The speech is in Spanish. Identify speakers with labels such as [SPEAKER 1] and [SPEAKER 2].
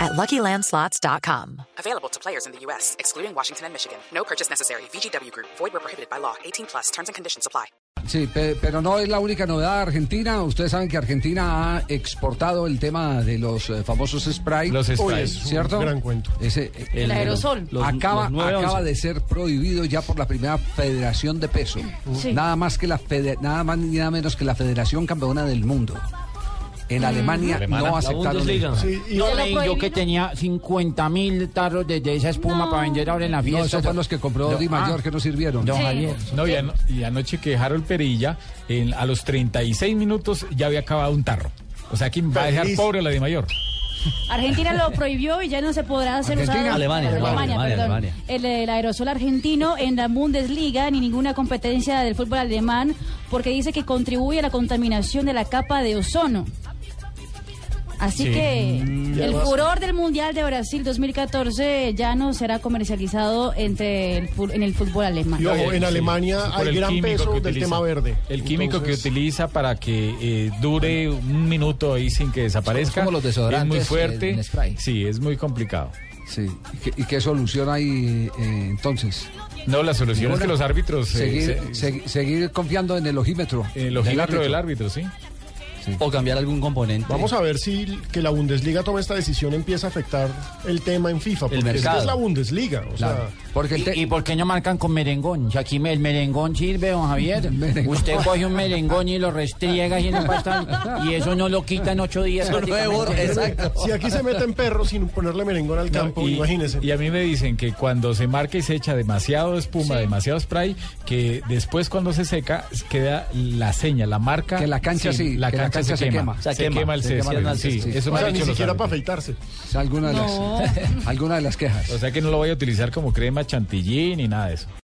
[SPEAKER 1] at luckylandslots.com.
[SPEAKER 2] Available to players in the U.S., excluding Washington and Michigan. No purchase necessary. VGW Group, void were prohibited by law. 18 plus terms and conditions apply.
[SPEAKER 3] Sí, pe- pero no es la única novedad de Argentina. Ustedes saben que Argentina ha exportado el tema de los eh, famosos spray.
[SPEAKER 4] Los
[SPEAKER 3] Uy,
[SPEAKER 4] sprays.
[SPEAKER 3] es ¿cierto?
[SPEAKER 4] Un gran cuento.
[SPEAKER 3] Ese, eh,
[SPEAKER 5] El aerosol.
[SPEAKER 4] los-
[SPEAKER 3] acaba,
[SPEAKER 4] los nueve
[SPEAKER 3] acaba
[SPEAKER 4] once.
[SPEAKER 3] de ser prohibido ya por la primera Federación de Peso.
[SPEAKER 5] Sí.
[SPEAKER 3] Nada más que la fede- nada más ni nada menos que la Federación Campeona del Mundo.
[SPEAKER 5] Mm.
[SPEAKER 3] En Alemania no aceptaron. el-
[SPEAKER 6] Yo
[SPEAKER 5] ¿Se lo
[SPEAKER 6] leí yo
[SPEAKER 5] prohibieron?
[SPEAKER 6] que tenía 50 mil tarros de, de esa espuma para vender ahora en la
[SPEAKER 3] No,
[SPEAKER 6] fiesta.
[SPEAKER 3] esos fueron los que compró
[SPEAKER 6] No,
[SPEAKER 3] Di Mayor
[SPEAKER 6] ah,
[SPEAKER 3] que no sirvieron.
[SPEAKER 6] Don Javier.
[SPEAKER 4] No, y, ano- y anoche que Harold Perilla, en- a los 36 minutos, ya había acabado un tarro. O sea, que va a dejar pobre a la de mayor.
[SPEAKER 5] Argentina lo prohibió y ya no se podrá hacer
[SPEAKER 3] Argentina.
[SPEAKER 5] usado.
[SPEAKER 3] Alemania,
[SPEAKER 5] Alemania,
[SPEAKER 7] Alemania,
[SPEAKER 5] perdón.
[SPEAKER 7] Alemania.
[SPEAKER 5] El, el aerosol argentino en la Bundesliga ni ninguna competencia del fútbol alemán porque dice que contribuye a la contaminación de la capa de ozono. Así
[SPEAKER 4] Sí.
[SPEAKER 5] que el furor del Mundial de Brasil 2014 ya no será comercializado entre el fu- en el fútbol alemán.
[SPEAKER 7] Y ojo,
[SPEAKER 4] Sí,
[SPEAKER 7] en Alemania
[SPEAKER 4] por
[SPEAKER 7] hay
[SPEAKER 4] el
[SPEAKER 7] gran
[SPEAKER 4] químico
[SPEAKER 7] peso
[SPEAKER 4] que
[SPEAKER 7] del
[SPEAKER 4] utiliza.
[SPEAKER 7] tema verde.
[SPEAKER 4] El químico
[SPEAKER 7] Entonces,
[SPEAKER 4] que utiliza para que eh, dure un minuto ahí sin que desaparezca.
[SPEAKER 3] como los desodorantes,
[SPEAKER 4] Es muy
[SPEAKER 3] eh, en
[SPEAKER 4] fuerte.
[SPEAKER 3] spray.
[SPEAKER 4] Sí, es muy complicado.
[SPEAKER 3] Sí. ¿Y qué, y qué solución hay eh, entonces?
[SPEAKER 4] No, la solución es
[SPEAKER 3] Ninguna.
[SPEAKER 4] que los árbitros. eh,
[SPEAKER 3] Seguir,
[SPEAKER 4] se-
[SPEAKER 3] segui- seguir confiando en el ojímetro.
[SPEAKER 4] en el
[SPEAKER 3] del
[SPEAKER 4] ojímetro
[SPEAKER 3] árbitro.
[SPEAKER 4] del árbitro, sí.
[SPEAKER 6] O cambiar algún componente.
[SPEAKER 7] Vamos a ver si que la Bundesliga toma esta decisión empieza a afectar el tema en FIFA, porque esta
[SPEAKER 6] mercado.
[SPEAKER 7] es la Bundesliga, o
[SPEAKER 3] Claro.
[SPEAKER 7] sea,
[SPEAKER 3] Porque el te-
[SPEAKER 6] ¿Y, y por qué no marcan con merengón? Si aquí me- el merengón sirve, don Javier.
[SPEAKER 3] Merengón.
[SPEAKER 6] Usted coge un merengón y lo restriega y, no pasa- y eso no lo quita en ocho días. prácticamente.
[SPEAKER 7] si aquí se meten perros sin ponerle merengón al campo,
[SPEAKER 4] No, y,
[SPEAKER 7] imagínese.
[SPEAKER 4] y a mí me dicen que cuando se marca y se echa demasiado espuma, demasiado spray, que después cuando se seca queda la seña, la marca.
[SPEAKER 3] Que la cancha sí,
[SPEAKER 4] la
[SPEAKER 3] que la
[SPEAKER 4] cancha,
[SPEAKER 3] cancha
[SPEAKER 4] se,
[SPEAKER 3] se
[SPEAKER 4] quema.
[SPEAKER 3] quema.
[SPEAKER 4] Se, quema, el
[SPEAKER 3] se
[SPEAKER 4] césped.
[SPEAKER 3] quema el
[SPEAKER 4] sí,
[SPEAKER 3] césped, sí.
[SPEAKER 4] eso
[SPEAKER 7] o
[SPEAKER 4] me han
[SPEAKER 7] sea, ni
[SPEAKER 4] dicho los
[SPEAKER 7] siquiera para
[SPEAKER 4] árbitros.
[SPEAKER 7] afeitarse.
[SPEAKER 3] es alguna de, las, alguna de las quejas.
[SPEAKER 4] O sea que no lo voy a utilizar como crema chantilly ni nada de eso.